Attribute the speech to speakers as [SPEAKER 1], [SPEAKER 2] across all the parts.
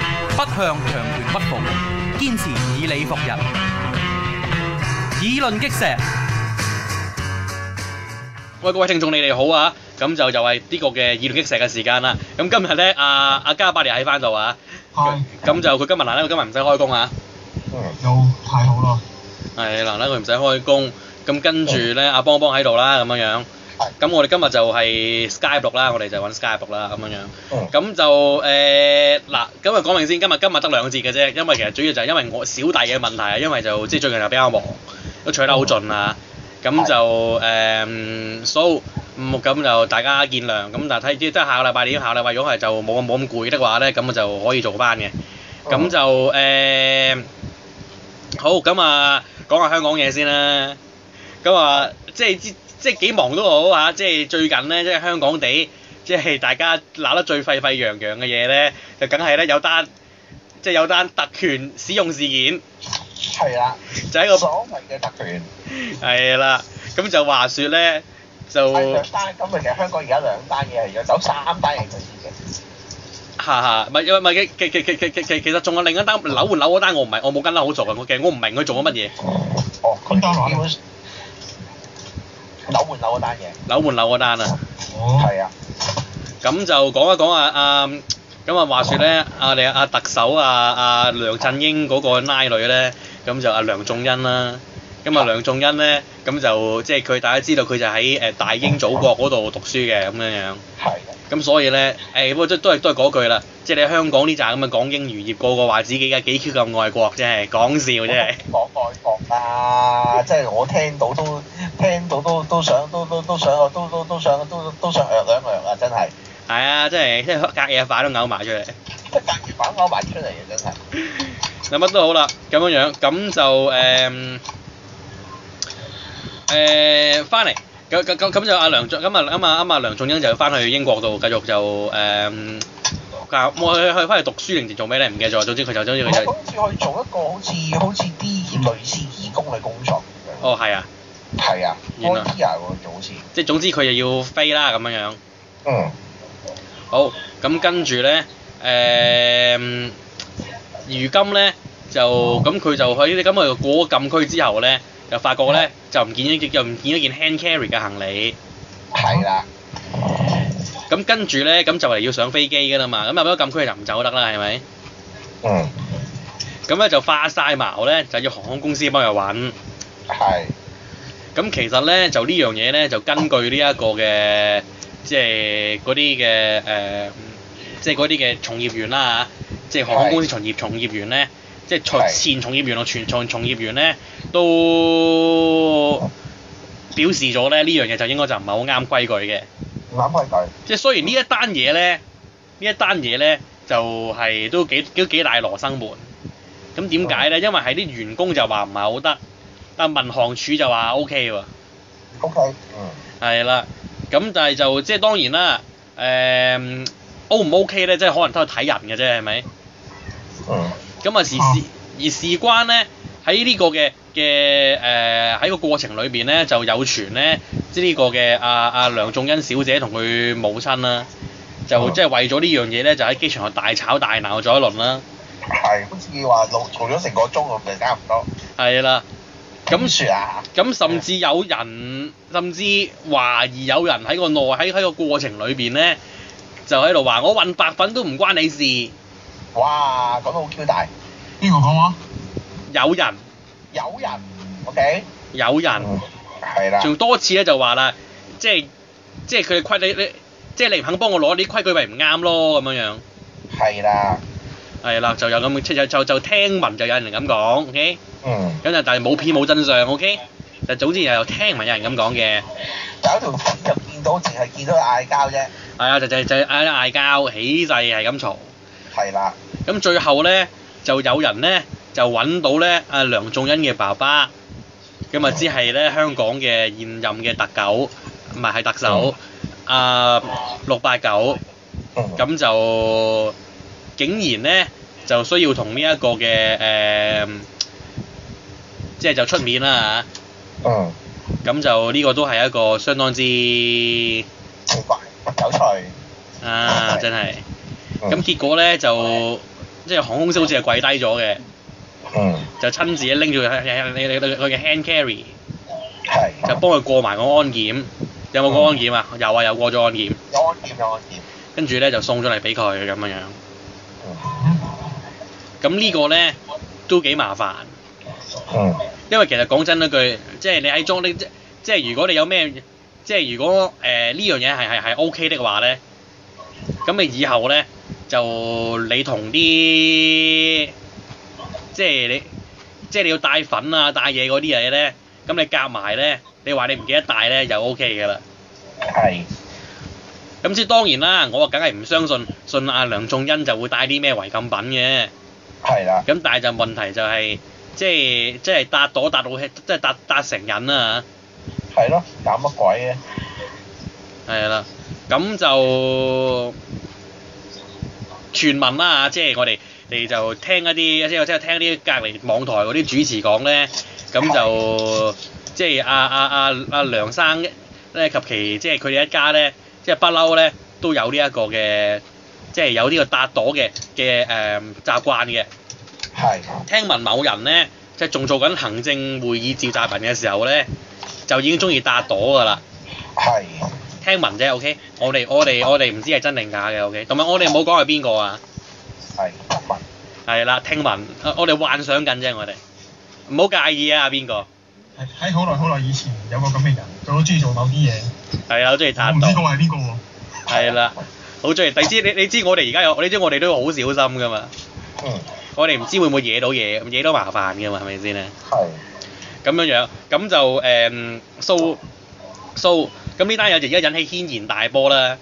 [SPEAKER 1] 向強權屈服，堅持以理服人，以論擊石。
[SPEAKER 2] 喂，各位聽眾，你哋好啊！咁就就係呢個嘅議論擊石嘅時間啦。咁今日咧，阿阿加百列喺翻度啊。
[SPEAKER 3] 係
[SPEAKER 2] 咁就佢今日難得佢今日唔使開工啊。
[SPEAKER 3] 又太好啦，
[SPEAKER 2] 係難得佢唔使開工。咁跟住咧，阿邦邦喺度啦，咁樣樣。咁我哋今日就係 Skype 錄啦，我哋就揾 Skype 錄啦，咁樣樣。咁就誒嗱，咁啊講明先，今日今日得兩節嘅啫，因為其實主要就係因為我小弟嘅問題啊，因為就即係最近就比較忙，都取得好盡啊。咁就誒，so 咁咁就大家見諒。咁但係睇即係下個禮拜點，下個禮拜如果係就冇冇咁攰的話咧，咁我就可以做翻嘅。咁就誒好，咁啊講下香港嘢先啦。咁啊，即係即即係幾忙都好啊！即係最近咧，即係香港地，即係大家鬧得最沸沸揚揚嘅嘢咧，就梗係咧有單，即係有單特權使用事件，
[SPEAKER 3] 係啦，
[SPEAKER 2] 就喺個
[SPEAKER 3] 所謂嘅特權，
[SPEAKER 2] 係啦。咁就話説咧，就
[SPEAKER 3] 係兩單，咁其實香港而家兩單嘢係有走三單刑事嘅，
[SPEAKER 2] 下下，唔係因為唔係其其其其其其其實仲有另一單扭換扭嗰單，我唔係我冇跟得好熟啊！我其實我唔明佢做咗乜嘢。
[SPEAKER 3] 哦，佢基本扭換扭嗰單嘢，
[SPEAKER 2] 扭換扭嗰單啊！
[SPEAKER 3] 係啊，
[SPEAKER 2] 咁就講一講啊啊咁啊話説咧，啊你啊特首啊啊梁振英嗰個奶女咧，咁就啊梁仲恩啦。咁啊梁仲恩咧，咁就即係佢大家知道佢就喺誒大英祖國嗰度讀書嘅咁樣樣。
[SPEAKER 3] 係啊，
[SPEAKER 2] 咁所以咧，誒不過都都係都係嗰句啦，即係你喺香港呢扎咁嘅港英餘孽，個個話自己嘅幾 Q 咁愛國，真係講笑 真係。
[SPEAKER 3] 講外國啊，即係我聽到都聽到都都想都都都想都都都想都都想兩兩兩啊，真係，
[SPEAKER 2] 係啊，真係即係隔夜飯都嘔埋出嚟。
[SPEAKER 3] 即係隔住反勾埋出嚟嘅真係，
[SPEAKER 2] 嗱乜都好啦，咁樣樣咁就誒誒翻嚟，咁咁咁咁就阿梁仲咁啊咁啊咁啊梁仲英就要翻去英國度繼續就誒教，我去去翻去讀書定定做咩咧？唔記得咗，總之佢就總之
[SPEAKER 3] 我
[SPEAKER 2] 佢就
[SPEAKER 3] 好似去做一個好似好似啲類似義工嘅工作咁樣。
[SPEAKER 2] 哦係啊，
[SPEAKER 3] 係啊
[SPEAKER 2] 原來
[SPEAKER 3] 安迪亞喎，就好似。
[SPEAKER 2] 即係總之佢就要飛啦咁樣樣。
[SPEAKER 3] 嗯。
[SPEAKER 2] 好，咁跟住咧，誒、如今咧就咁佢就喺咁佢過咗禁區之後咧，就發覺咧就唔見咗件又唔見咗件 hand carry 嘅行李，
[SPEAKER 3] 係啦。
[SPEAKER 2] 咁跟住咧咁就嚟要上飛機㗎啦嘛，咁入咗禁區就唔走得啦，係咪？
[SPEAKER 3] 嗯。
[SPEAKER 2] 咁咧就花晒矛咧，就要航空公司幫佢揾。
[SPEAKER 3] 係。
[SPEAKER 2] 咁其實咧就呢樣嘢咧就根據呢一個嘅即係嗰啲嘅誒，即係嗰啲嘅從業員啦嚇，即係航空公司從業從業員咧，即係從
[SPEAKER 3] 係
[SPEAKER 2] 前從業員同全從從業員咧都表示咗咧呢樣嘢就應該就唔係好啱規矩嘅。
[SPEAKER 3] 諗開佢。
[SPEAKER 2] 即係雖然呢一單嘢咧，呢一單嘢咧就係、都幾都幾大羅生門。咁點解咧？因為係啲員工就話唔係好得，但民航處就話 O K 喎。
[SPEAKER 3] O K。嗯。
[SPEAKER 2] 係啦，咁但係就即係當然啦，誒、O 唔 O K 咧，即係可能都係睇人嘅啫，係咪？
[SPEAKER 3] 嗯。
[SPEAKER 2] 咁啊事事而事關咧喺呢個嘅嘅誒喺個過程裏邊咧就有傳咧，即係呢個嘅阿阿梁仲恩小姐同佢母親啦，就
[SPEAKER 3] 嗯
[SPEAKER 2] 即係為咗呢樣嘢咧，就喺機場度大吵大鬧咗一輪啦，
[SPEAKER 3] 係，好似話錄做咗成個鐘咁嘅，差唔多。
[SPEAKER 2] 係啦，咁
[SPEAKER 3] 點算啊？
[SPEAKER 2] 咁甚至有人，甚至懷疑有人喺個內喺喺個過程裏邊咧，就喺度話我運白粉都唔關你事。
[SPEAKER 3] 哇，講到好 Q 大，
[SPEAKER 4] 邊個講話？
[SPEAKER 2] 有人
[SPEAKER 3] 有人，O K。
[SPEAKER 2] 有人，
[SPEAKER 3] 嗯。係啦。
[SPEAKER 2] 仲多次咧就話啦，即係即係佢哋規你你，即係你唔肯幫我攞啲規矩咪唔啱咯咁樣樣。
[SPEAKER 3] 係啦。
[SPEAKER 2] 係啦，就有咁嘅就就就聽聞就有人咁講，OK，
[SPEAKER 3] 嗯。
[SPEAKER 2] 咁就但係冇片冇真相，OK，就總之又有聽聞有人咁講嘅，
[SPEAKER 3] 有一條片就見到，淨係見到嗌交啫。
[SPEAKER 2] 係啊，就就就嗌嗌交，起勢係咁嘈。
[SPEAKER 3] 係啦。
[SPEAKER 2] 咁最後咧就有人咧就揾到咧阿梁仲恩嘅爸爸，咁啊只係咧香港嘅現任嘅特首，唔係係特首，阿六八九，
[SPEAKER 3] 嗯。
[SPEAKER 2] 咁就竟然咧就需要同呢一個嘅誒，即係就出面啦
[SPEAKER 3] 嗯。
[SPEAKER 2] 嚇，咁就呢個都係一個相當之
[SPEAKER 3] 奇怪，有趣。
[SPEAKER 2] 啊真係，
[SPEAKER 3] 嗯
[SPEAKER 2] 咁結果咧就。即係航空師好似係跪低咗嘅，
[SPEAKER 3] 嗯，
[SPEAKER 2] 就親自拎住佢佢佢佢嘅 hand carry，
[SPEAKER 3] 係。
[SPEAKER 2] 就幫佢過埋個安檢。有冇過安檢啊？有啊，有過咗安檢，
[SPEAKER 3] 有安檢有安檢。
[SPEAKER 2] 跟住咧就送咗嚟俾佢咁樣樣。
[SPEAKER 3] 嗯
[SPEAKER 2] 咁呢個咧都幾麻煩，
[SPEAKER 3] 嗯
[SPEAKER 2] 因為其實講真嗰句，即係你喺中你即即係如果你有咩，即係如果誒呢樣嘢係係係 OK 的話咧，咁你以後咧就你同啲即係你即係你要帶粉啊帶嘢嗰啲嘢咧，咁你夾埋咧，你話你唔記得帶咧就 OK 㗎啦。
[SPEAKER 3] 係
[SPEAKER 2] 咁即係當然啦，我啊梗係唔相信信阿梁仲恩就會帶啲咩違禁品嘅。
[SPEAKER 3] 係啦，
[SPEAKER 2] 咁但係就問題就係、即係即係搭朵搭到即係搭搭成癮啊！
[SPEAKER 3] 係咯，搞乜鬼啊？
[SPEAKER 2] 係啦，咁就傳聞啦即係我哋哋就聽一啲即係即係聽啲隔離網台嗰啲主持講咧，咁就即係阿阿阿阿梁生咧及其即係佢哋一家咧，即係不嬲咧都有呢一個嘅，即係有呢個搭朵嘅嘅誒習慣嘅。
[SPEAKER 3] 係
[SPEAKER 2] 聽聞某人咧，即係仲做緊行政會議召集人嘅時候咧，就已經中意搭朵㗎啦。
[SPEAKER 3] 係
[SPEAKER 2] 聽聞啫，OK 我。哋我哋我哋唔知係真定假嘅，OK。同埋我哋冇講係邊個啊，
[SPEAKER 3] 係得文
[SPEAKER 2] 係啦，聽聞，呃我哋幻想緊啫，我哋唔好介意啊，邊個
[SPEAKER 4] 係喺好耐好耐以前有個咁嘅人，佢好中意做某啲嘢，
[SPEAKER 2] 係啊啦，好中意搭
[SPEAKER 4] 我唔知嗰個
[SPEAKER 2] 朵，
[SPEAKER 4] 係邊個喎。
[SPEAKER 2] 係啦，好中意。你知你你知我哋而家有，你知我哋都好小心㗎嘛。
[SPEAKER 3] 嗯
[SPEAKER 2] 我哋唔知會唔會惹到嘢，惹到麻煩㗎嘛，係咪先咧？啊
[SPEAKER 3] 係
[SPEAKER 2] 咁樣樣，咁就誒、嗯 so so，咁呢單嘢就而家引起軒然大波啦。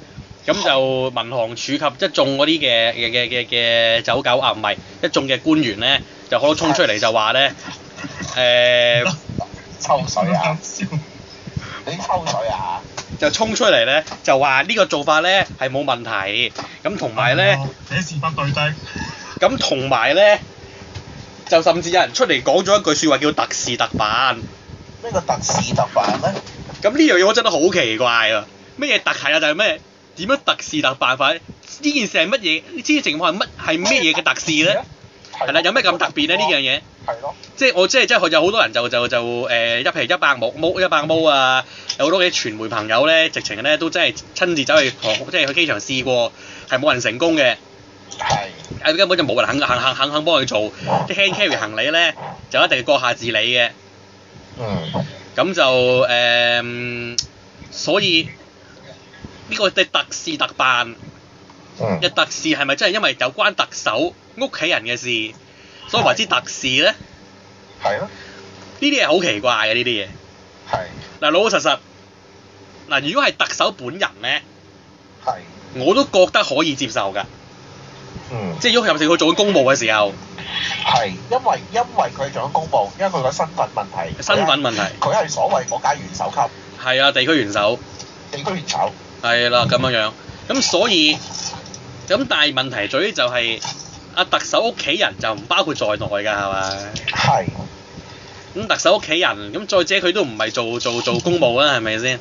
[SPEAKER 2] 咁就民航處及一眾嗰啲嘅嘅嘅嘅嘅走狗啊，唔係一眾嘅官員咧，就好多衝出嚟就話咧，誒、
[SPEAKER 3] 抽水啊！
[SPEAKER 4] 笑
[SPEAKER 3] 你抽水啊？
[SPEAKER 2] 就衝出嚟咧，就話呢個做法咧係冇問題，咁同埋咧，，
[SPEAKER 4] 這是不對的。
[SPEAKER 2] 咁同埋咧，就甚至有人出嚟講咗一句説話叫特事特辦，
[SPEAKER 3] 呢個特事特辦咧？
[SPEAKER 2] 咁呢樣嘢我真得好奇怪啊！咩嘢特係啊？就係咩點樣特事特辦法？呢件事係乜嘢？呢件情況係乜係咩嘢嘅特事
[SPEAKER 3] Dạ.
[SPEAKER 2] 咧？係啦，有咩咁特別咧？呢樣嘢
[SPEAKER 3] 係咯，
[SPEAKER 2] 即係我即係即係有好多人就就就誒、呃一譬如一百毛毛一百毛啊，有好多嘅傳媒朋友咧，直情咧都真係親自走去航即係去機場試過，係冇人成功嘅，
[SPEAKER 3] 係
[SPEAKER 2] 係根本就冇人肯肯肯肯肯幫佢做，啲 hand carry 行李咧就一定係閣下自理嘅。
[SPEAKER 3] 嗯
[SPEAKER 2] 咁就誒、嗯所以呢、個嘅特事特辦
[SPEAKER 3] 嗯
[SPEAKER 2] 嘅特事係咪真係因為有關特首屋企人嘅事，所以為之特事咧？呢
[SPEAKER 3] 係咯，
[SPEAKER 2] 啲嘢好奇怪啊嘅呢啲嘢。
[SPEAKER 3] 係
[SPEAKER 2] 嗱老老實實，嗱如果係特首本人咧，
[SPEAKER 3] 係
[SPEAKER 2] 我都覺得可以接受㗎。
[SPEAKER 3] 嗯。
[SPEAKER 2] 即係如果尤其是佢做緊公務嘅時候，
[SPEAKER 3] 係，因為因為佢仲有公佈，因為佢個身份問題。
[SPEAKER 2] 身份問題
[SPEAKER 3] 佢係所謂嗰家元首級
[SPEAKER 2] 係啊，地區元首
[SPEAKER 3] 地區元首。
[SPEAKER 2] 係啦咁樣樣，咁所以咁但係問題在於就係、阿特首屋企人就唔包括在內㗎，係嘛？
[SPEAKER 3] 係
[SPEAKER 2] 咁特首屋企人，咁再者佢都唔係做做做公務啦，係咪先？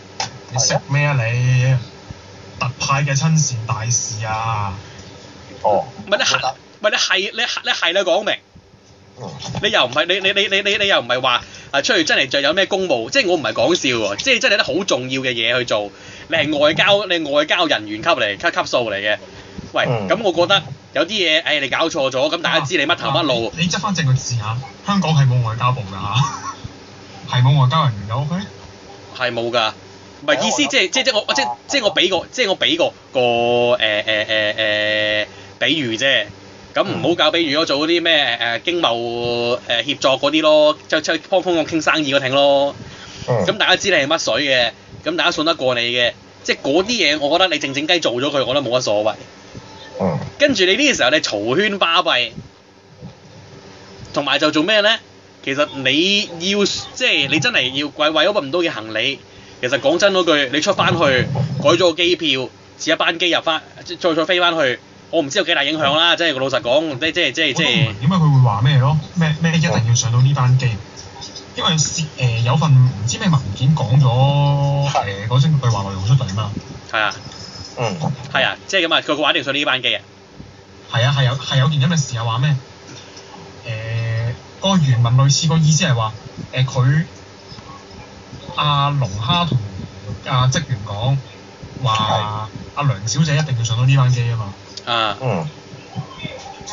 [SPEAKER 4] 你食咩啊你？特派嘅親善大使啊！
[SPEAKER 3] 哦，
[SPEAKER 2] 唔係你係，唔係你係你係你係啦講明，
[SPEAKER 3] 嗯
[SPEAKER 2] 你又唔係你你你你你你又唔係話啊出去真係就有咩公務，即係我唔係講笑喎，即係真係啲好重要嘅嘢去做，你係外交你係外交人員級嚟級級數嚟嘅，喂，
[SPEAKER 3] 嗯
[SPEAKER 2] 咁、我覺得有啲嘢，誒、你搞錯咗，咁大家知你乜頭乜路
[SPEAKER 4] 啊，你你執翻正個字眼，香港係冇外交部㗎嚇， 係冇外交人員㗎 OK。
[SPEAKER 2] 係冇㗎。唔係意思，即係即係即係我即係即係我俾個即係我俾個個誒誒誒誒比喻啫。咁唔好搞比喻咯，做嗰啲咩誒誒經貿誒、呃、協助嗰啲咯，就就幫幫我傾生意嗰挺咯。
[SPEAKER 3] 嗯
[SPEAKER 2] 咁大家知你係乜水嘅，咁大家信得過你嘅，即係嗰啲嘢，我覺得你靜靜雞做咗佢，我覺得冇乜所謂。
[SPEAKER 3] 嗯
[SPEAKER 2] 跟住你呢個時候你嘈圈巴閉，同埋就做咩咧？其實你要即係你真係要為為咗揾唔到嘅行李，其實講真嗰句，你出翻去改咗個機票，遲一班機入翻，即再再飛翻去，我唔知有幾大影響啦。即係老實講，即即係即係即係
[SPEAKER 4] 我都唔明點解佢會話咩咯？咩咩一定要上到呢班機？因為涉誒有份唔知咩文件講咗誒嗰聲對話內容出嚟嘛。
[SPEAKER 2] 係啊
[SPEAKER 3] 嗯
[SPEAKER 2] 係啊，即係咁啊！佢佢話一定上呢班機啊，
[SPEAKER 4] 係啊係有係有件咁嘅事啊，話咩？誒、嗰個原文類似個意思係話誒佢阿龍蝦同阿職員講話阿梁小姐一定要上到呢班機啊嘛，
[SPEAKER 2] 啊，
[SPEAKER 3] 嗯，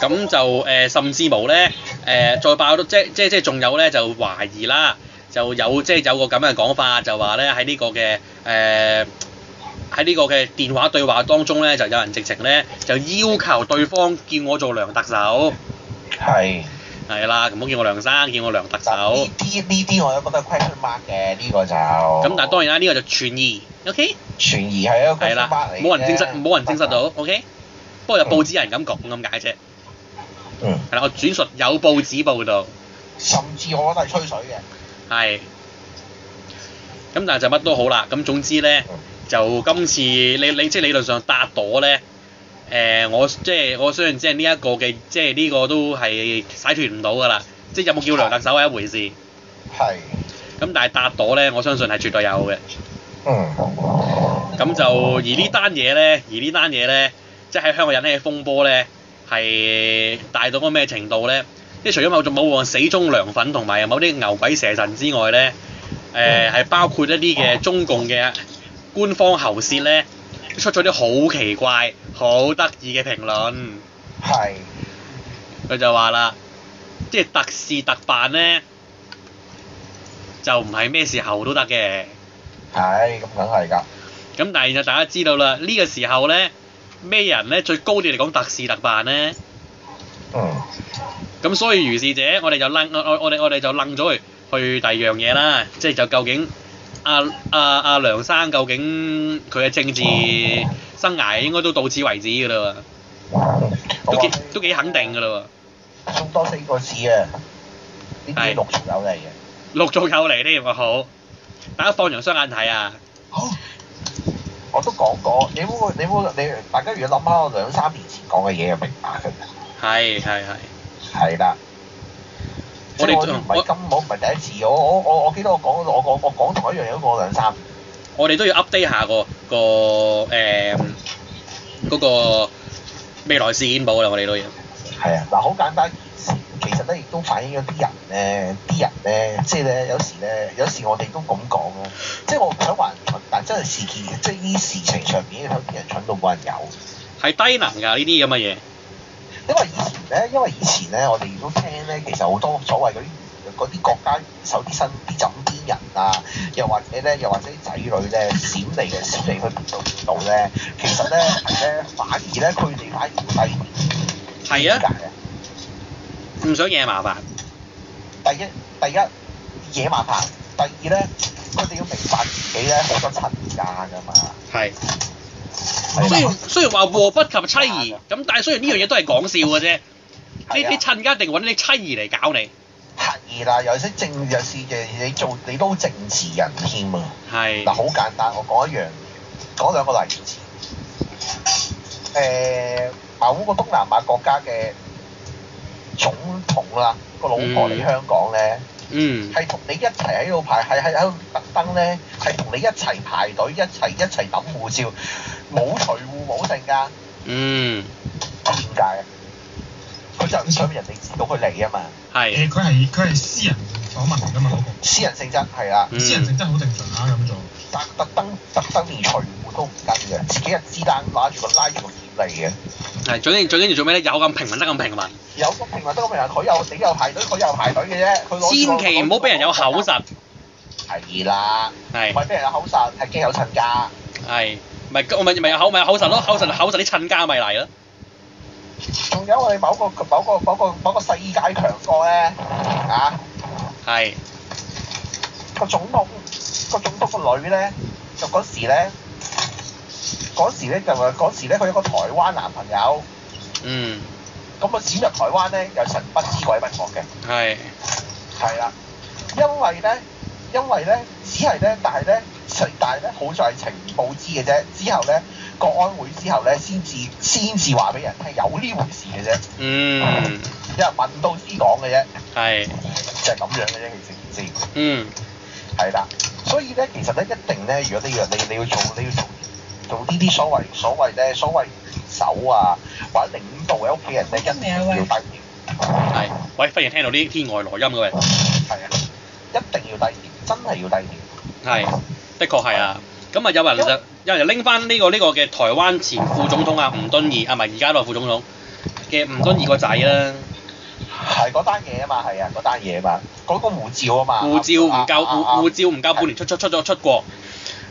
[SPEAKER 2] 咁就誒、甚至無咧誒、再爆到即即即仲有咧就懷疑啦，就有即有個咁嘅講法，就話咧喺呢個嘅誒。呃喺呢個嘅電話對話當中咧，就有人直情咧就要求對方叫我做梁特首，
[SPEAKER 3] 係。
[SPEAKER 2] 係啦，唔好叫我梁生，叫我梁特首。
[SPEAKER 3] 呢啲呢啲我都覺得 question mark 嘅，呢、個就咁
[SPEAKER 2] 咁但係當然啦，呢、個就傳意，OK？
[SPEAKER 3] 傳疑係一個
[SPEAKER 2] 係
[SPEAKER 3] question
[SPEAKER 2] 啦
[SPEAKER 3] mark 嚟，嘅
[SPEAKER 2] 冇人證實，冇人證實到。，OK？不過有報紙人咁講咁解啫，
[SPEAKER 3] 嗯，
[SPEAKER 2] 係啦，我轉述有報紙報導，
[SPEAKER 3] 甚至我覺得係吹水嘅。
[SPEAKER 2] 係。咁但係就乜都好啦，咁總之咧
[SPEAKER 3] 嗯，
[SPEAKER 2] 就今次你你即係理論上搭朵咧，誒、我即係我相信即係呢一個嘅，即係呢個都係洗脱唔到㗎啦。即係有冇叫梁特首係一回事，咁
[SPEAKER 3] 係，
[SPEAKER 2] 但係搭朵咧，我相信係絕對有嘅。
[SPEAKER 3] Ừ. 嗯，
[SPEAKER 2] 咁就而呢單嘢咧，而呢單嘢咧，即係喺香港引起嘅風波咧，係大到嗰個咩程度咧？即係除咗某種某個死忠良粉同埋某啲牛鬼蛇神之外咧，誒、係包括一啲嘅中共嘅官方喉舌咧，出咗啲好奇怪、好得意嘅評論。
[SPEAKER 3] 係，
[SPEAKER 2] 佢就話啦，即係特事特辦咧，就唔係咩時候都得嘅。
[SPEAKER 3] 係，咁梗係㗎。
[SPEAKER 2] 咁但係就大家知道啦，呢、個時候咧，咩人咧最高調嚟講特事特辦咧？
[SPEAKER 3] 嗯，
[SPEAKER 2] 咁所以如是者，我哋就楞我我我哋我哋就楞咗去去第二樣嘢啦，即係就究竟阿阿阿梁生究竟佢嘅政治生涯應該都到此為止㗎啦喎，
[SPEAKER 3] 我
[SPEAKER 2] 都
[SPEAKER 3] 話
[SPEAKER 2] 幾都幾肯定㗎啦
[SPEAKER 3] 送多四個字啊！呢
[SPEAKER 2] 係
[SPEAKER 3] 啲六條友嚟嘅。
[SPEAKER 2] 喎，陸續有嚟添喎好，大家放長雙眼睇啊！
[SPEAKER 3] 好，我都講過，你冇你冇你，大家如果諗下我兩三年前講嘅嘢，就明白㗎啦。
[SPEAKER 2] 係係係，
[SPEAKER 3] 係啦。
[SPEAKER 2] 我
[SPEAKER 3] 我
[SPEAKER 2] 哋
[SPEAKER 3] 哋唔係今我唔係第一次，我我我我記得我講我我我講同一樣嘢都講兩三年。
[SPEAKER 2] 我哋都要 update 下個個誒嗰、個未來事件簿啦，我哋都要。
[SPEAKER 3] 係啊，嗱，好簡單件事，其實咧亦都反映咗啲人咧，啲人咧，即係咧有時咧，有時我哋都咁講啊，即係我唔想話人蠢，但真係事件，即係呢事情上面有啲人蠢到冇人有。
[SPEAKER 2] 係低能㗎呢啲咁嘅嘢，
[SPEAKER 3] 因為以前咧，因為以前咧，我哋都聽咧，其實好多所謂嗰啲嗰啲國家元首啲新啲枕邊人啊，又或者咧，又或者啲仔女咧閃嚟嘅閃嚟去邊度邊度咧，其實咧係咧，反而咧佢哋反而會低調。
[SPEAKER 2] 係啊
[SPEAKER 3] 點解啊！嗯
[SPEAKER 2] 唔想惹麻煩，
[SPEAKER 3] 第一第一野蠻行，第二咧佢哋要明白自己咧好多親家㗎嘛。
[SPEAKER 2] 係。
[SPEAKER 3] 係
[SPEAKER 2] 雖然
[SPEAKER 3] 啦
[SPEAKER 2] 雖然話禍不及妻兒，咁但係雖然呢樣嘢都係講笑嘅啫。你
[SPEAKER 3] 啊係啊
[SPEAKER 2] 你趁家一定揾你妻兒嚟搞你，
[SPEAKER 3] 係啦，有啲政有時嘅你做你都政治人添啊！嗱，
[SPEAKER 2] 係
[SPEAKER 3] 好簡單，我講一樣，講兩個例子。誒、某個東南亞國家嘅總統啦，個老婆嚟香港咧，
[SPEAKER 2] 嗯
[SPEAKER 3] 係同、你一齊喺度排，係係喺度特登咧，係同你一齊排隊，一齊一齊抌護照，冇除護冇剩㗎，
[SPEAKER 2] 嗯
[SPEAKER 3] 點解啊？佢就唔想俾人哋知道佢嚟啊嘛，
[SPEAKER 2] 係
[SPEAKER 4] 誒佢係佢係私人訪問嚟㗎嘛嗰、
[SPEAKER 3] 私人性質係啦，
[SPEAKER 4] 個，私人
[SPEAKER 2] 嗯
[SPEAKER 4] 性質好正常啊咁做。
[SPEAKER 3] 但特登特登連除護都唔跟嘅，自己一支單拉住個拉住個劍嚟嘅。
[SPEAKER 2] 係最緊最緊要做咩咧？有咁平民得咁平啊民，
[SPEAKER 3] 有個平民得個平民，佢又死又排隊，佢又排隊嘅啫。佢攞
[SPEAKER 2] 千祈唔好俾人有口。實，
[SPEAKER 3] 係啦，唔
[SPEAKER 2] 係
[SPEAKER 3] 係俾人有口實，係驚有親家。
[SPEAKER 2] 係咪咪咪有口咪有口實咯？
[SPEAKER 3] 嗯
[SPEAKER 2] 口實口實啲親家咪嚟咯，
[SPEAKER 3] 仲有我哋某個某個某個某個世界強國咧，啊
[SPEAKER 2] 係
[SPEAKER 3] 個總統個總統個女咧，就嗰時咧。嗰時咧就話嗰時咧，佢有個台灣男朋友，
[SPEAKER 2] 嗯
[SPEAKER 3] 咁佢閃入台灣咧，又神不知鬼不覺嘅，
[SPEAKER 2] 係
[SPEAKER 3] 係啦，因為咧，因為咧，只係咧，但係咧，實但係咧，好在係情報知嘅啫。之後咧，國安會之後咧，先至先至話俾人聽有呢回事嘅啫。
[SPEAKER 2] 嗯
[SPEAKER 3] 有人問到先講嘅啫，
[SPEAKER 2] 係
[SPEAKER 3] 就係、咁樣嘅啫。其實件事
[SPEAKER 2] 嗯
[SPEAKER 3] 係啦，所以咧，其實咧，一定咧，如果你要你你要做你要做做呢啲所謂所謂咧所謂元首啊，或者領道嘅屋企人咧，一定要低調。
[SPEAKER 2] 係，喂，忽然聽到啲天外來音嘅喂，
[SPEAKER 3] 係啊，一定要低調，真係要低調。
[SPEAKER 2] 係，的確係啊。咁啊，有人就有人就拎翻呢個呢、個嘅台灣前副總統啊吳敦義啊，唔係而家都係副總統嘅吳敦義個仔啦，
[SPEAKER 3] 係嗰單嘢啊嘛，係啊，嗰單嘢啊嘛，嗰、個護照啊嘛。
[SPEAKER 2] 護照唔夠
[SPEAKER 3] 啊
[SPEAKER 2] 護護照唔夠半年出出出咗出國，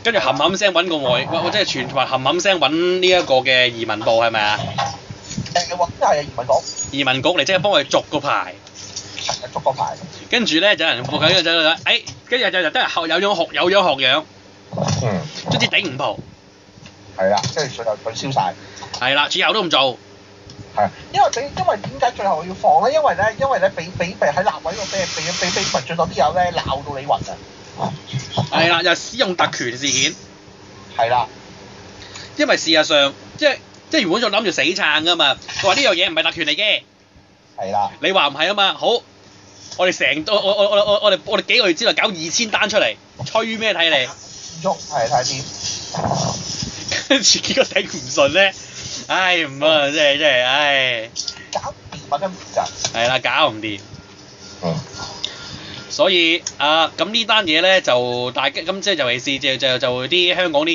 [SPEAKER 2] 跟住冚冚聲揾個外，或者係全話冚冚聲揾呢一個嘅移民部係咪啊？
[SPEAKER 3] 誒，或者係移民局
[SPEAKER 2] 移民局嚟即係幫佢續個牌。
[SPEAKER 3] 係啊逐個牌。
[SPEAKER 2] 跟住咧就有人報緊就就誒，哎跟住就就得人學有樣學有樣學樣，
[SPEAKER 3] 嗯，
[SPEAKER 2] 總之頂唔蒲，
[SPEAKER 3] 係啦，跟住最後取消晒。
[SPEAKER 2] 係啦，最後都唔做，
[SPEAKER 3] 係，啊因為俾因為點解最後要放咧？因為咧，因為咧，俾俾俾喺立委嗰度俾俾俾俾民進黨啲友咧鬧到你暈啊！
[SPEAKER 2] 係啦，又使用特權事件，
[SPEAKER 3] 係啦，
[SPEAKER 2] 因為事實上即係即係原本仲諗住死撐噶嘛，佢話呢樣嘢唔係特權嚟嘅，
[SPEAKER 3] 係啦，
[SPEAKER 2] 你話唔係啊嘛，好，我哋成我我我我我我哋我哋幾個月之內搞二千單出嚟，吹咩睇你？
[SPEAKER 3] 喐係睇點？
[SPEAKER 2] 跟住結果頂唔順咧，唉唔啊，真係真係唉，
[SPEAKER 3] 搞唔掂啊！根本就
[SPEAKER 2] 係啦，搞唔掂。哦
[SPEAKER 3] 嗯，
[SPEAKER 2] 所以啊，咁呢單嘢咧就大家咁即係尤其是就就就啲香港啲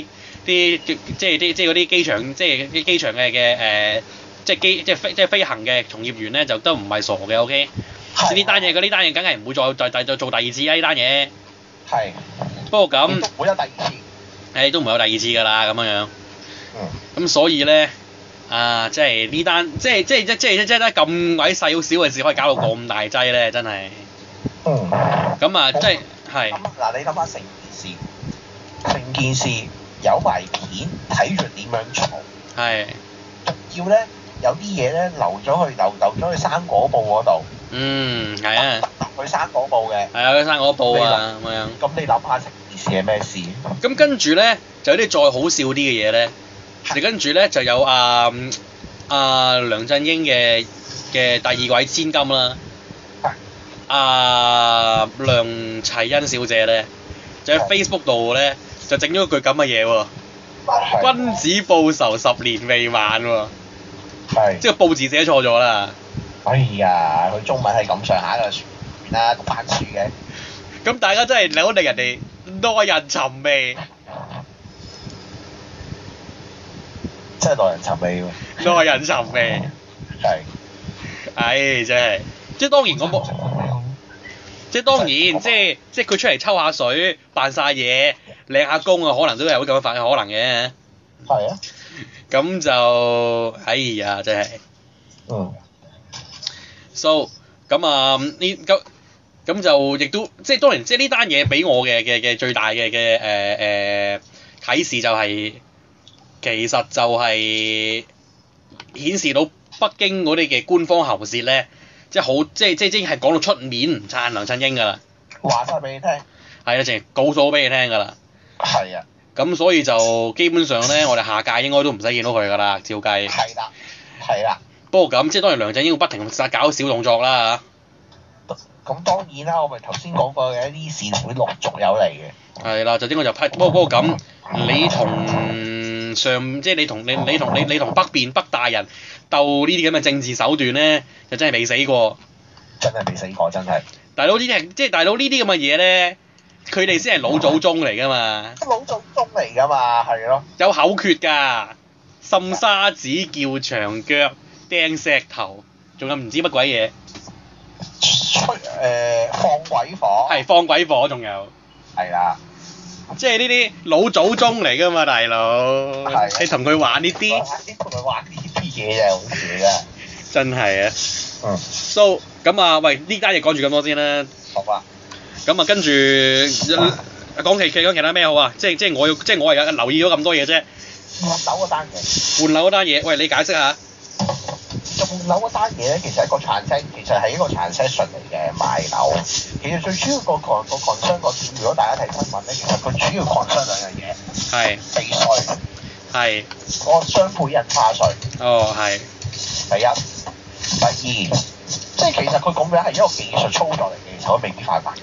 [SPEAKER 2] 啲即係啲即係嗰啲機場即係啲機場嘅嘅誒，即係機即係飛即係飛行嘅從業員咧就都唔係傻嘅，OK？
[SPEAKER 3] 係
[SPEAKER 2] 呢單嘢嗰呢單嘢梗係唔會再再再做第二次啦，呢單嘢。
[SPEAKER 3] 係
[SPEAKER 2] 不過
[SPEAKER 3] 咁
[SPEAKER 2] 咁
[SPEAKER 3] 都唔會有第二次。
[SPEAKER 2] 誒都唔會有第二次㗎啦，咁樣樣。
[SPEAKER 3] 嗯，
[SPEAKER 2] 咁所以咧啊，即係呢單即係即係即係即係即係得咁鬼細小嘅事可以搞到咁大劑咧，真係。
[SPEAKER 3] 嗯，
[SPEAKER 2] 咁啊，即係係
[SPEAKER 3] 咁嗱，你諗下成件事，成件事有埋片睇住點樣做，
[SPEAKER 2] 係
[SPEAKER 3] 仲要咧有啲嘢咧留咗去留留咗去生果報嗰度，
[SPEAKER 2] 嗯係啊。
[SPEAKER 3] 特特去生果報嘅。
[SPEAKER 2] 係啊，佢生嗰部啊咁樣。
[SPEAKER 3] 咁你諗下成件事係咩事？
[SPEAKER 2] 咁跟住咧，就有啲再好笑啲嘅嘢咧，就跟住咧就有啊嗯啊梁振英嘅嘅第二位千金啦，啊梁齊恩小姐咧，就喺 Facebook 度咧就整咗一句咁嘅嘢喎，
[SPEAKER 3] 係
[SPEAKER 2] 君子報仇十年未晚喎，
[SPEAKER 3] 係，
[SPEAKER 2] 即係報字寫錯咗啦。
[SPEAKER 3] 哎呀，佢中文係咁上下嘅算啦，讀翻書嘅，
[SPEAKER 2] 咁大家真係好令人哋耐人尋味，
[SPEAKER 3] 真係耐人尋味喎。
[SPEAKER 2] 耐人尋味，
[SPEAKER 3] 係
[SPEAKER 2] 唉、真係，即係當然我冇。即係當然，即係即係佢出嚟抽下水，扮晒嘢，領下工啊，可能都有咁樣發嘅可能嘅。
[SPEAKER 3] 係啊，
[SPEAKER 2] 咁就哎呀，真係
[SPEAKER 3] 嗯，
[SPEAKER 2] so 咁啊呢咁咁就亦都即係當然，即係呢單嘢俾我嘅嘅嘅最大嘅嘅誒誒啟示就係、其實就係顯示到北京嗰啲嘅官方喉舌咧，即係好即係即係已經係講到出面唔撐梁振英㗎啦，
[SPEAKER 3] 話晒俾你聽，
[SPEAKER 2] 係啦，淨係告訴俾你聽㗎啦。
[SPEAKER 3] 係啊，
[SPEAKER 2] 咁所以就基本上咧，我哋下屆應該都唔使見到佢㗎啦，照計。
[SPEAKER 3] 係啦，係啦。
[SPEAKER 2] 不過咁，即係當然梁振英會不停搞小動作啦
[SPEAKER 3] 咁當然啦，我咪頭先講過嘅，呢啲事會陸續有嚟嘅。
[SPEAKER 2] 嚇。係啦，就應該就批。不過不過咁，你同上即係你同你你同你你同北邊北大人鬥呢啲咁嘅政治手段咧，就真係未死過。
[SPEAKER 3] 真係未死過，真係
[SPEAKER 2] 大佬呢啲係即係大佬呢啲咁嘅嘢咧，佢哋先係老祖宗嚟㗎嘛，
[SPEAKER 3] 老祖宗嚟㗎嘛，係咯，
[SPEAKER 2] 有口訣㗎，滲沙子叫長腳，掟石頭，仲有唔知乜鬼嘢，
[SPEAKER 3] 吹誒、放鬼火
[SPEAKER 2] 係放鬼火仲有。
[SPEAKER 3] 係啦，
[SPEAKER 2] 即係呢啲老祖宗嚟㗎嘛，大佬
[SPEAKER 3] 係啊。
[SPEAKER 2] 你同佢玩呢啲，
[SPEAKER 3] 啲同佢玩呢啲嘢就係好啊嘢啦。
[SPEAKER 2] 真係啊。
[SPEAKER 3] 嗯，
[SPEAKER 2] So 咁啊，喂，呢單嘢講住咁多先啦。
[SPEAKER 3] 好啊，
[SPEAKER 2] 咁啊，跟住講其其講其他咩好啊？即係即係我要，即係我係留意咗咁多嘢啫。
[SPEAKER 3] 換樓嗰單嘢。
[SPEAKER 2] 換樓嗰單嘢，喂，你解釋下。
[SPEAKER 3] 換樓嗰單嘢咧，其實係一個 transaction，其實係一個 transaction 嚟嘅買樓。其實最主要個 con 個 concern 個點，如果大家睇新聞咧，其實佢主要 concern 兩樣嘢，
[SPEAKER 2] 係
[SPEAKER 3] 避税，
[SPEAKER 2] 係，
[SPEAKER 3] 嗰個雙倍印花税，
[SPEAKER 2] 哦係
[SPEAKER 3] 第一，第二，即係其實佢咁樣係一個技術操作嚟嘅，其實佢未必犯法。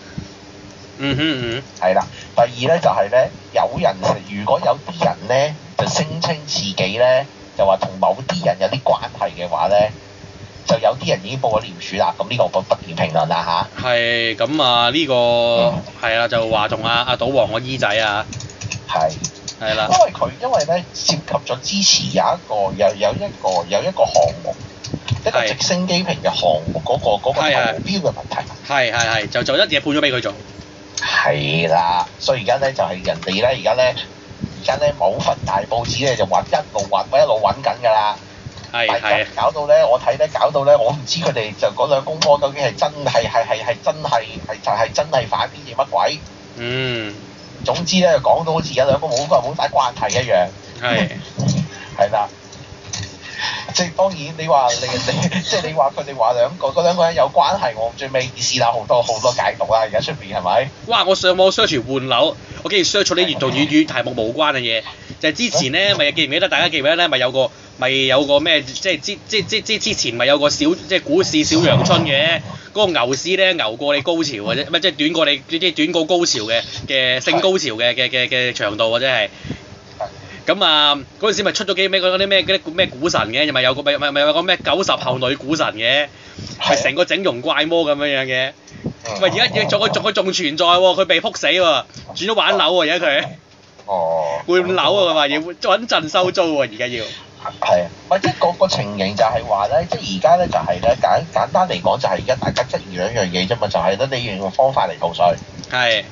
[SPEAKER 2] 嗯哼嗯
[SPEAKER 3] 係啦，第二咧就係咧，有人如果有啲人咧就聲稱自己咧就話同某啲人有啲關係嘅話咧，就有啲人已經報咗廉署啦。咁呢個我不不便評論啦
[SPEAKER 2] 係咁啊！呢個係啦，就話同阿阿賭王個姨仔啊，
[SPEAKER 3] 吓，係。
[SPEAKER 2] 係啦，
[SPEAKER 3] 因為佢因為咧涉及咗之前有一個有有一個有一個項目，一個
[SPEAKER 2] 係
[SPEAKER 3] 直升機坪嘅項目嗰、個嗰、個
[SPEAKER 2] 係係
[SPEAKER 3] 投標嘅問題。
[SPEAKER 2] 係係係，就就一嘢判咗俾佢做，
[SPEAKER 3] 係啦，所以而家咧就係、人哋咧，而家咧，而家咧某份大報紙咧就揾一路揾，一路揾緊㗎啦。
[SPEAKER 2] 係
[SPEAKER 3] 但
[SPEAKER 2] 係
[SPEAKER 3] 係搞到咧，我睇咧搞到咧，我唔知佢哋就嗰兩公婆究竟係真係係係係真係係就係真係反邊定乜鬼？
[SPEAKER 2] 嗯
[SPEAKER 3] 總之咧，講到好似有兩公婆好好大關係一樣，
[SPEAKER 2] 係
[SPEAKER 3] 係啦。即係當然你，話你你即係你話佢哋話兩個嗰兩個人有關係，我最尾試啦好多好多解讀啦，而家出邊係咪？
[SPEAKER 2] 哇！我上網 search 換樓，我竟然 search 咗啲閱讀與與題目無關嘅嘢，就係之前咧，咪記唔記得？大家記唔記得咧？咪有個咪有個咩？即係之之之之之前咪有個小即係股市小陽春嘅，嗰、個牛市咧牛過你高潮嘅啫，唔係即係短過你即係短過高潮嘅嘅性高潮嘅嘅嘅嘅長度嘅啫係。咁啊，嗰陣時咪出咗幾咩嗰啲咩嗰啲咩股神嘅，咪有個咪咪咪有個咩九十後女股神嘅，咪成個整容怪魔咁樣樣嘅。 喂，而家而家仲佢仲佢仲存在喎，佢被撲死喎，轉咗玩樓啊喎，而家 佢
[SPEAKER 3] 哦，
[SPEAKER 2] 換樓啊，佢話要穩陣收租喎，而家要
[SPEAKER 3] 係啊，或者個個情形就係話咧，即係而家咧就係咧簡簡單嚟講就係而家大家質疑兩樣嘢啫嘛，就係咧你要用方法嚟逃稅，
[SPEAKER 2] 係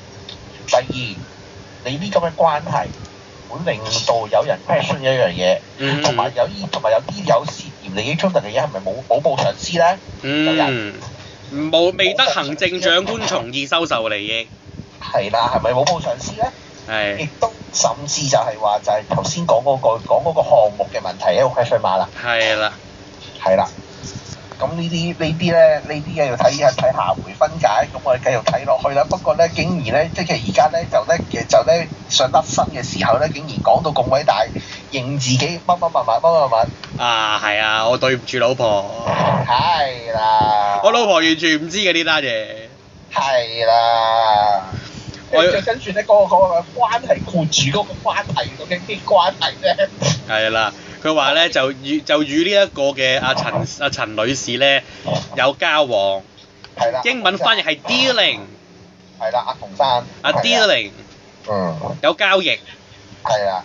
[SPEAKER 3] 第二你呢咁嘅關係會令到有人 question 一樣嘢，
[SPEAKER 2] 嗯
[SPEAKER 3] 同埋有啲同埋有啲有涉嫌利益衝突嘅嘢係咪冇冇報上司咧？
[SPEAKER 2] 嗯冇未得行政長官從而收受利益
[SPEAKER 3] 係啦，係咪冇報上司咧？亦
[SPEAKER 2] 係
[SPEAKER 3] 都甚至就係話就係頭先講嗰個講嗰個項目嘅問題一個 question mark 啦。
[SPEAKER 2] 係啦
[SPEAKER 3] 係啦。咁呢啲呢啲咧，呢啲嘢要睇下睇下回分解，咁我哋繼續睇落去啦。不過咧，竟然咧，即係而家咧就咧其實就咧上得身嘅時候咧，竟然講到咁偉大，認自己乜乜乜乜乜乜乜，
[SPEAKER 2] 啊係啊，我對唔住老婆，
[SPEAKER 3] 係啦，
[SPEAKER 2] 我老婆完全唔知嘅呢單嘢，
[SPEAKER 3] 係啦。
[SPEAKER 2] 我要
[SPEAKER 3] 跟跟住咧，嗰、個嗰、個關係括住嗰個關係，究竟啲關係咧？
[SPEAKER 2] 係啦。佢話咧就與就與呢一個嘅阿陳阿陳女士咧有交往，
[SPEAKER 3] 係啦。
[SPEAKER 2] 英文翻譯係 dealing，
[SPEAKER 3] 係啦，阿馮生。
[SPEAKER 2] 阿
[SPEAKER 3] 係啦
[SPEAKER 2] dealing
[SPEAKER 3] 嗯。
[SPEAKER 2] 有交易。
[SPEAKER 3] 係啊，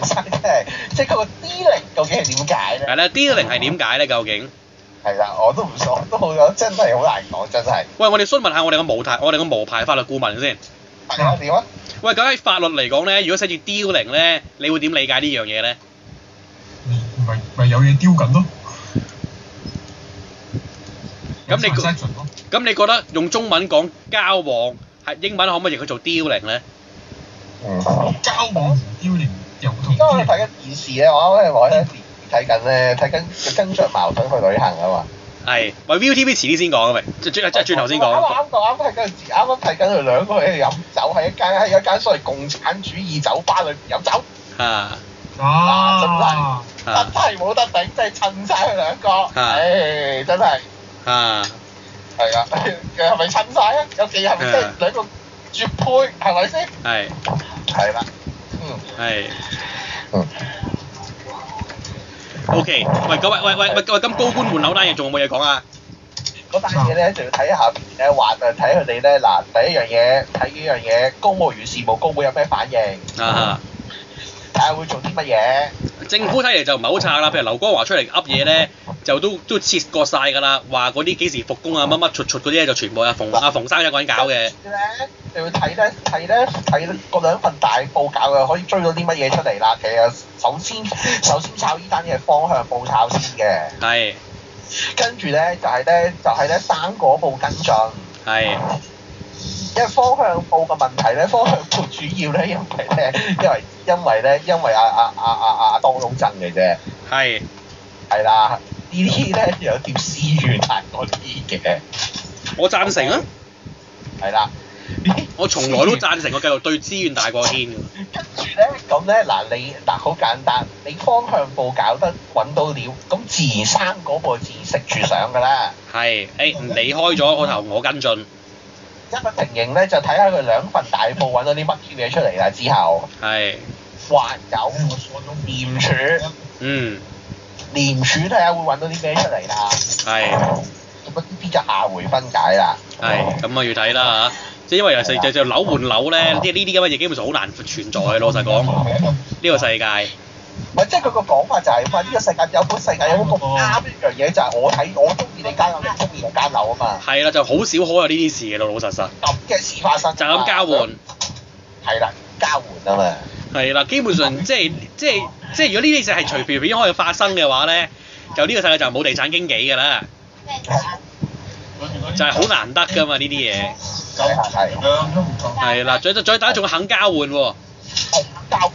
[SPEAKER 3] 真係，即係佢個 D 零究竟係點解
[SPEAKER 2] 係
[SPEAKER 3] 咧？
[SPEAKER 2] 啦，D0 係點解咧？究竟？
[SPEAKER 3] 係啦，我都唔熟，我都好有，真係好難講，真係。
[SPEAKER 2] 喂，我哋詢問下我哋個無牌，我哋個無牌法律顧問先。
[SPEAKER 3] 係啊，點啊？
[SPEAKER 2] 喂，咁喺法律嚟講咧，如果寫住 D0 咧，你會點理解呢樣嘢咧？
[SPEAKER 4] 嗯咪咪有嘢丟緊咯。
[SPEAKER 2] 咁你
[SPEAKER 4] transaction 咯，
[SPEAKER 2] 咁你覺得用中文講交往，係英文可唔可以譯佢做 D0 咧？
[SPEAKER 3] 嗯。
[SPEAKER 4] 交往丟連又同
[SPEAKER 3] 而家我哋
[SPEAKER 4] 啲
[SPEAKER 3] 睇緊電視咧，我啱啱我喺電視睇緊咧，睇緊跟着矛盾去旅行啊嘛。
[SPEAKER 2] 係，喂，ViuTV 遲啲先講啊，咪即即即轉頭先講。
[SPEAKER 3] 啱啱啱啱睇緊，啱啱睇緊佢兩個喺度飲酒，喺一間喺一間所謂共產主義酒吧裏邊飲酒，
[SPEAKER 2] 啊
[SPEAKER 4] 啊，
[SPEAKER 3] 真
[SPEAKER 2] 啊
[SPEAKER 3] 係冇得頂，真係襯晒佢兩個。唉，真係。
[SPEAKER 2] 啊！
[SPEAKER 3] 係啊，係咪襯晒啊？有幾係咪真係兩個絕配？係咪先？
[SPEAKER 2] 係
[SPEAKER 3] 係啦。嗯
[SPEAKER 2] 係。
[SPEAKER 3] 嗯。
[SPEAKER 2] O K，喂，咁喂喂喂喂，咁高官換樓單嘢仲有冇嘢講啊？
[SPEAKER 3] 嗰單嘢咧就要睇下邊咧話，就啊睇佢哋咧嗱，第一樣嘢睇幾樣嘢，公務員事務公會有咩反應，
[SPEAKER 2] 啊哈！
[SPEAKER 3] 睇下會做啲乜嘢。
[SPEAKER 2] 政府睇嚟就唔係好差啦，譬如劉光華出嚟噏嘢咧，就都都切割晒㗎啦，話嗰啲幾時復工啊乜乜出出嗰啲咧，就全部阿馮阿馮生一個人搞嘅，
[SPEAKER 3] 跟住咧就要睇咧睇咧睇嗰兩份大報搞嘅，可以追到啲乜嘢出嚟啦。其實首 先首先炒呢單嘢方向報炒先嘅，
[SPEAKER 2] 係
[SPEAKER 3] 跟住咧就係咧就係咧生果報跟進。
[SPEAKER 2] 係
[SPEAKER 3] 因為方向報嘅問題咧，方向報主要咧，因為咧， 因為因為咧，因為阿阿阿阿阿當老真嘅啫，
[SPEAKER 2] 係
[SPEAKER 3] 係啦，呢啲咧有條私怨係嗰啲嘅，
[SPEAKER 2] 我贊成啊！
[SPEAKER 3] 係啦，
[SPEAKER 2] 我從來都贊成我繼續對資源大過天㗎。
[SPEAKER 3] 跟住咧，咁咧嗱，你嗱好簡單，你方向報搞得揾到料，咁自然生嗰個自然食住上㗎啦。
[SPEAKER 2] 係，誒、你開咗個頭，我跟進，
[SPEAKER 3] 一個情形咧，就睇下佢兩份大報揾到啲乜嘢出嚟啦。之後
[SPEAKER 2] 係
[SPEAKER 3] 還有廉署，
[SPEAKER 2] 嗯，
[SPEAKER 3] 廉署睇下會揾到啲咩出嚟啦。
[SPEAKER 2] 係
[SPEAKER 3] 咁啊，呢啲就下回分解啦。
[SPEAKER 2] 係，咁啊要睇啦嚇。即係因為其實就就樓換樓咧，即係呢啲咁嘅嘢基本上好難存在嘅。老實講，呢個世界
[SPEAKER 3] 哦唔係，即係佢個講法就係話呢個世界有本世界有一個啱一樣嘢，就係我睇我中意呢間樓，你中意嗰間樓啊嘛。
[SPEAKER 2] 係啦，就好少可有呢啲事嘅，老老實實
[SPEAKER 3] 咁嘅事發生。
[SPEAKER 2] 就咁交換。
[SPEAKER 3] 係啦，交換啊嘛。
[SPEAKER 2] 係啦，基本上即係即係即係，如果呢啲事係隨便便可以發生嘅話咧，就呢個世界就冇地產經紀㗎啦，就係好難得㗎嘛呢啲嘢。
[SPEAKER 3] 係係係
[SPEAKER 4] 啊
[SPEAKER 2] 係啦，最最大家仲肯交換喎，
[SPEAKER 3] 交換。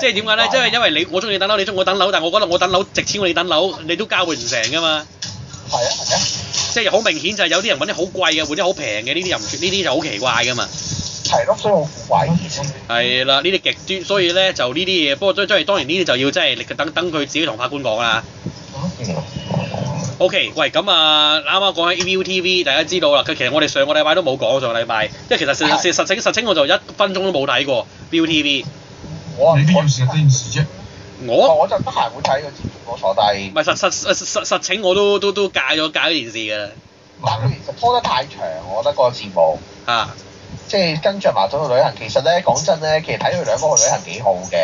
[SPEAKER 2] 即係點解咧？即係因為你我中意等樓，你中意我等樓，但係我覺得我等樓值錢過你等樓，你都交換唔成㗎嘛。
[SPEAKER 3] 係啊係啊。
[SPEAKER 2] 即係好明顯就係有啲人揾啲好貴嘅，換啲好平嘅，呢啲又唔呢啲就好奇怪㗎嘛。
[SPEAKER 3] 係咯，所以我懷疑先。
[SPEAKER 2] 係啦，呢啲極端，所以咧就呢啲嘢，不過都都係當然呢啲就要即係等等佢自己同法官講啦。OK，喂，咁啊，啱啱講起 ViuTV，大家知道啦。佢其實我哋上個禮拜都冇講，上個禮拜，即係其實實實實情實情我就一分鐘都冇睇過 ViuTV。
[SPEAKER 3] 我啊
[SPEAKER 4] 你邊有時間睇電視啫？
[SPEAKER 2] 我
[SPEAKER 3] 我就得閒會睇個節目我坐低
[SPEAKER 2] 唔。係實實實實實情我都都都戒咗戒咗件事㗎啦。
[SPEAKER 3] 但佢其實拖得太長，我覺得嗰個節目，
[SPEAKER 2] 嚇，
[SPEAKER 3] 即係跟着麻咗去旅行。其實咧，講真咧，其實睇佢兩個去旅行幾好嘅，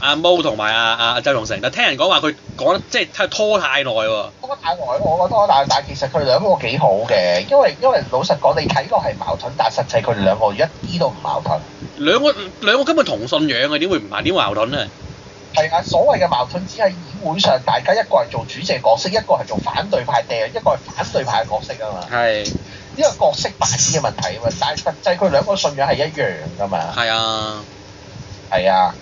[SPEAKER 2] 阿 Mo 同埋阿阿周龍成，但聽人講話佢講得即係拖太耐喎。
[SPEAKER 3] 拖太耐咯，我覺得。但但其實佢兩個幾好嘅，因為因為老實講，你睇落係矛盾，但實際佢哋兩個一啲都唔矛盾。
[SPEAKER 2] 兩個兩個根本同信仰嘅，點會唔係點會矛盾咧？
[SPEAKER 3] 係啊，所謂嘅矛盾只係議會上大家一個係做主席角色，一個係做反對派掟，一個係反對派角色啊嘛。
[SPEAKER 2] 係
[SPEAKER 3] 呢個角色扮演嘅問題啊嘛，但係實際佢兩個信仰係一樣㗎嘛，
[SPEAKER 2] 係啊，
[SPEAKER 3] 係啊，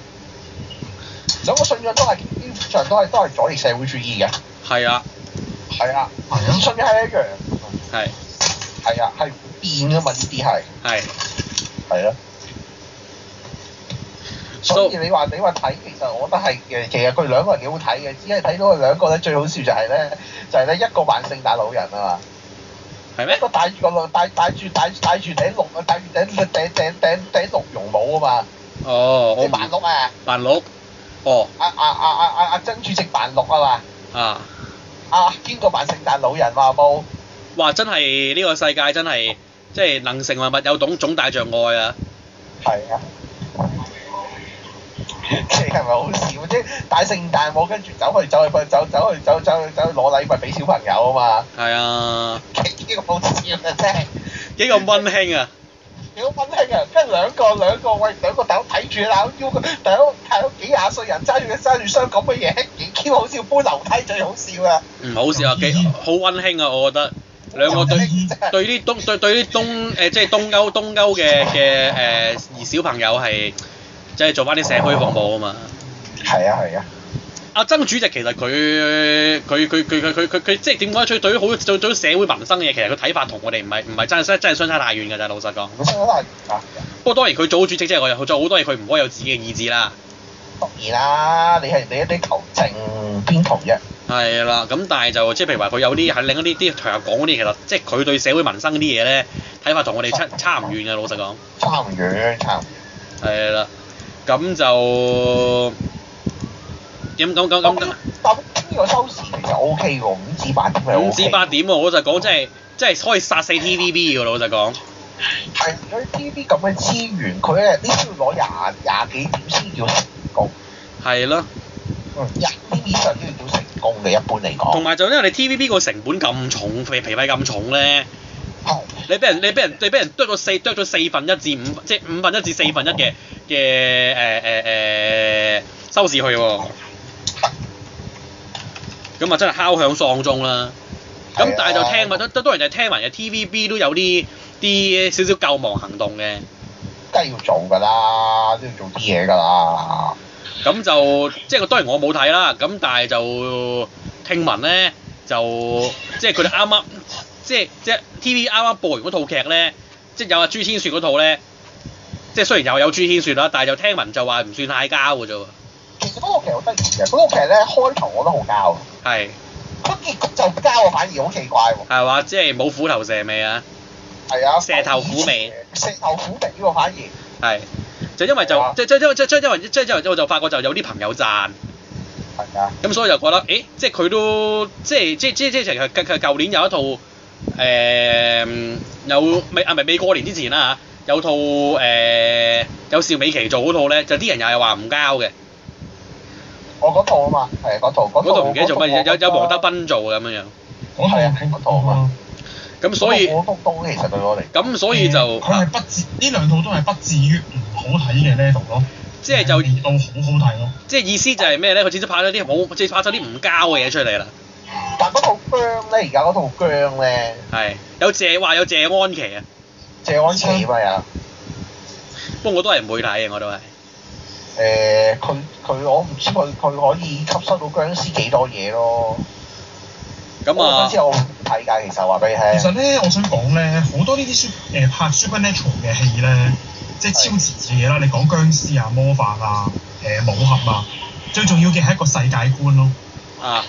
[SPEAKER 3] 兩個信仰都係基本上都係都係左翼社會主義嘅，
[SPEAKER 2] 係啊，
[SPEAKER 3] 係啊，
[SPEAKER 4] 係啊
[SPEAKER 3] 信仰係一樣，
[SPEAKER 2] 係
[SPEAKER 3] 係啊，係唔變㗎嘛呢啲係，
[SPEAKER 2] 係
[SPEAKER 3] 係咯。所以你話你話睇，其實我覺得係嘅，其實佢兩個係幾好睇嘅，只係睇到佢兩個咧最好笑就係咧，就係咧一個扮聖誕老人啊嘛。
[SPEAKER 2] 係咩
[SPEAKER 3] 一？個戴住個綠戴戴住戴戴住頂綠戴住頂頂頂頂頂綠絨帽啊
[SPEAKER 2] 哦我
[SPEAKER 3] 嘛，，即
[SPEAKER 2] 唔
[SPEAKER 3] 扮綠啊！
[SPEAKER 2] 扮鹿，哦
[SPEAKER 3] 啊啊啊啊啊啊！曾主席扮綠啊嘛，
[SPEAKER 2] 啊，
[SPEAKER 3] 啊邊個扮聖誕老人啊嘛冇？
[SPEAKER 2] 哇！真係呢個世界真係即係能成萬物有種種大障礙啊！
[SPEAKER 3] 係啊，即係咪好笑？即係戴聖誕帽，跟住走去走去走走去走走去走去攞禮物俾小朋友啊嘛，
[SPEAKER 2] 係啊，
[SPEAKER 3] 幾個好笑啊真係！
[SPEAKER 2] 幾咁溫馨啊！
[SPEAKER 3] 屌温馨啊！跟住兩個兩個喂兩個豆睇住啦，腰個豆睇到幾廿歲人揸住揸住箱咁嘅嘢，幾 Q 好笑，搬樓梯最好笑啦！
[SPEAKER 2] 唔好笑啊，幾好溫馨啊！我覺得兩個對
[SPEAKER 3] 真係
[SPEAKER 2] 對啲東對對啲東誒即係東歐東歐嘅嘅誒而小朋友係即係做翻啲社區服務啊嘛。
[SPEAKER 3] 係啊係啊，
[SPEAKER 2] 阿曾主席其實佢佢佢佢佢佢佢佢即係點講？佢對於好對對於社會民生嘅嘢，其實佢睇法同我哋唔係唔係真係真真係相差太遠㗎咋。老實講，
[SPEAKER 3] 本身都係啊。
[SPEAKER 2] 不過當然佢做好主席之後，佢有做好多嘢，佢唔可以有自己嘅意志啦。
[SPEAKER 3] 當然啦，你係你一啲求證邊同啫，
[SPEAKER 2] 係啦，咁但係就即係譬如話佢有啲喺另一啲啲場合講嗰啲，其實即係佢對社會民生嗰啲嘢咧睇法同我哋差差唔遠㗎。老實講，
[SPEAKER 3] 差唔遠差唔
[SPEAKER 2] 係啦，咁就咁咁咁咁
[SPEAKER 3] 遠。咁咁呢個收視其實 O K 喎，五至八點係 O K。
[SPEAKER 2] 五至八點喎，我就講真係真係可以殺死 TVB 㗎。老實講。
[SPEAKER 3] 係佢呢啲咁嘅資源，佢咧呢啲要攞廿廿幾點先叫成功，
[SPEAKER 2] 係咯，
[SPEAKER 3] 廿點以上都要叫成功嘅，一般嚟
[SPEAKER 2] 同
[SPEAKER 3] 講。
[SPEAKER 2] 埋就因為你 TVB 個成本咁重，皮皮費咁重咧，
[SPEAKER 3] 係
[SPEAKER 2] 你俾人你俾人你俾人剁咗四剁咗四分一至五，即係五分一至四分一嘅嘅誒誒誒收視去喎，咁啊真係敲響喪鐘啦。咁
[SPEAKER 3] 係啊
[SPEAKER 2] 但係就聽埋，都都當然就聽埋嘅 TVB 都有啲啲少少救亡行動嘅，
[SPEAKER 3] 梗係要做㗎啦，都要做啲嘢㗎啦。
[SPEAKER 2] 咁就即係當然我冇睇啦，咁但係就聽聞咧就即係佢哋啱啱即係即係 TV 啱啱播完嗰套劇咧，即係有阿朱千雪嗰套咧，即係雖然又有朱千雪啦，但係就聽聞就話唔算太交嘅啫喎，
[SPEAKER 3] 其實嗰個劇好得意嘅，嗰、個劇咧開頭我都好交，
[SPEAKER 2] 係
[SPEAKER 3] 個結局就交我反而好奇怪喎。
[SPEAKER 2] 係話即係冇虎頭蛇尾啊，
[SPEAKER 3] 係啊，
[SPEAKER 2] 蛇頭虎尾
[SPEAKER 3] 蛇頭虎尾喎反而。
[SPEAKER 2] 係就因為
[SPEAKER 3] 係
[SPEAKER 2] 就
[SPEAKER 3] 啊
[SPEAKER 2] 即即即即因為即因為我就發覺就有啲朋友讚，
[SPEAKER 3] 係啊，
[SPEAKER 2] 咁所以就覺得誒，即係佢都即係即即即其實佢佢舊年有一套誒、有未啊唔係未過年之前啦嚇，有套誒、有邵美琪做嗰套咧，就啲人又係話唔交嘅，
[SPEAKER 3] 我嗰套啊嘛，係嗰套嗰
[SPEAKER 2] 嗰套唔記得做乜嘢，有有黃德
[SPEAKER 3] 斌，
[SPEAKER 2] 斌做嘅咁樣樣，
[SPEAKER 4] 我係啊，
[SPEAKER 3] 嗰套啊嘛
[SPEAKER 2] 咁所以
[SPEAKER 3] 我都其實對我嚟，
[SPEAKER 2] 咁所以就啊
[SPEAKER 4] 誒嗯佢係不至呢兩套都係不至於唔好睇嘅 level 咯，
[SPEAKER 2] 即係就
[SPEAKER 4] 未到好好睇咯。
[SPEAKER 2] 即係意思就係咩咧？佢只係拍咗啲好，即係拍咗啲唔交嘅嘢出嚟啦。
[SPEAKER 3] 但嗰套姜咧，而家嗰套姜咧，
[SPEAKER 2] 係有謝話有謝安琪啊，
[SPEAKER 3] 謝安琪咪啊，
[SPEAKER 2] 不過我都係唔會睇嘅，我都係。
[SPEAKER 3] 誒佢佢我唔知佢佢可以吸收到僵屍幾多嘢咯。
[SPEAKER 2] 咁
[SPEAKER 3] 我
[SPEAKER 2] 啊
[SPEAKER 3] 嗰，次我睇㗎，其實話俾你
[SPEAKER 4] 其實
[SPEAKER 3] 聽，
[SPEAKER 4] 咧，我想講咧，好多呢啲 super 誒拍 supernatural 嘅戲咧，即係超自然嘅嘢啦。你講僵屍啊、魔法啊、誒、武俠啊，最重要嘅係一個世界觀咯。
[SPEAKER 2] 啊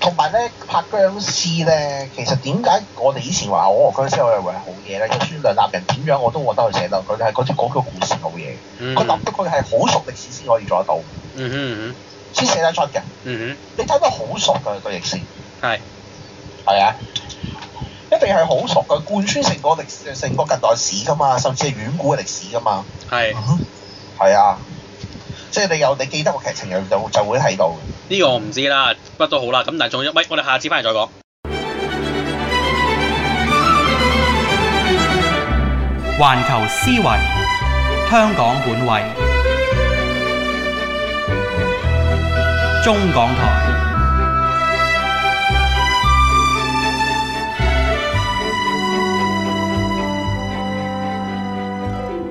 [SPEAKER 3] 同埋咧拍僵屍咧，其實點解我哋以前話我和僵屍我哋為好嘢咧？就算梁立人點樣我都覺得佢寫得，佢係嗰啲嗰個故事好嘢，
[SPEAKER 2] 嗯
[SPEAKER 3] 佢諗到佢係好熟歷史先可以做得到，
[SPEAKER 2] 嗯哼
[SPEAKER 3] 先寫得出嘅。
[SPEAKER 2] 嗯哼
[SPEAKER 3] 你睇到好熟㗎個歷史，
[SPEAKER 2] 嗯哼，係
[SPEAKER 3] 係啊，一定係好熟㗎，貫穿成個歷史成個近代史㗎嘛，甚至係遠古嘅歷史㗎嘛，
[SPEAKER 2] 係
[SPEAKER 4] 啊
[SPEAKER 3] 係啊，即係你有你記得個劇情就就就會睇到嘅。
[SPEAKER 2] 呢個我唔知啦，不過都好啦。咁但係仲有，喂，我哋下次翻嚟再講。
[SPEAKER 1] 環球思維，香港本位，中港台。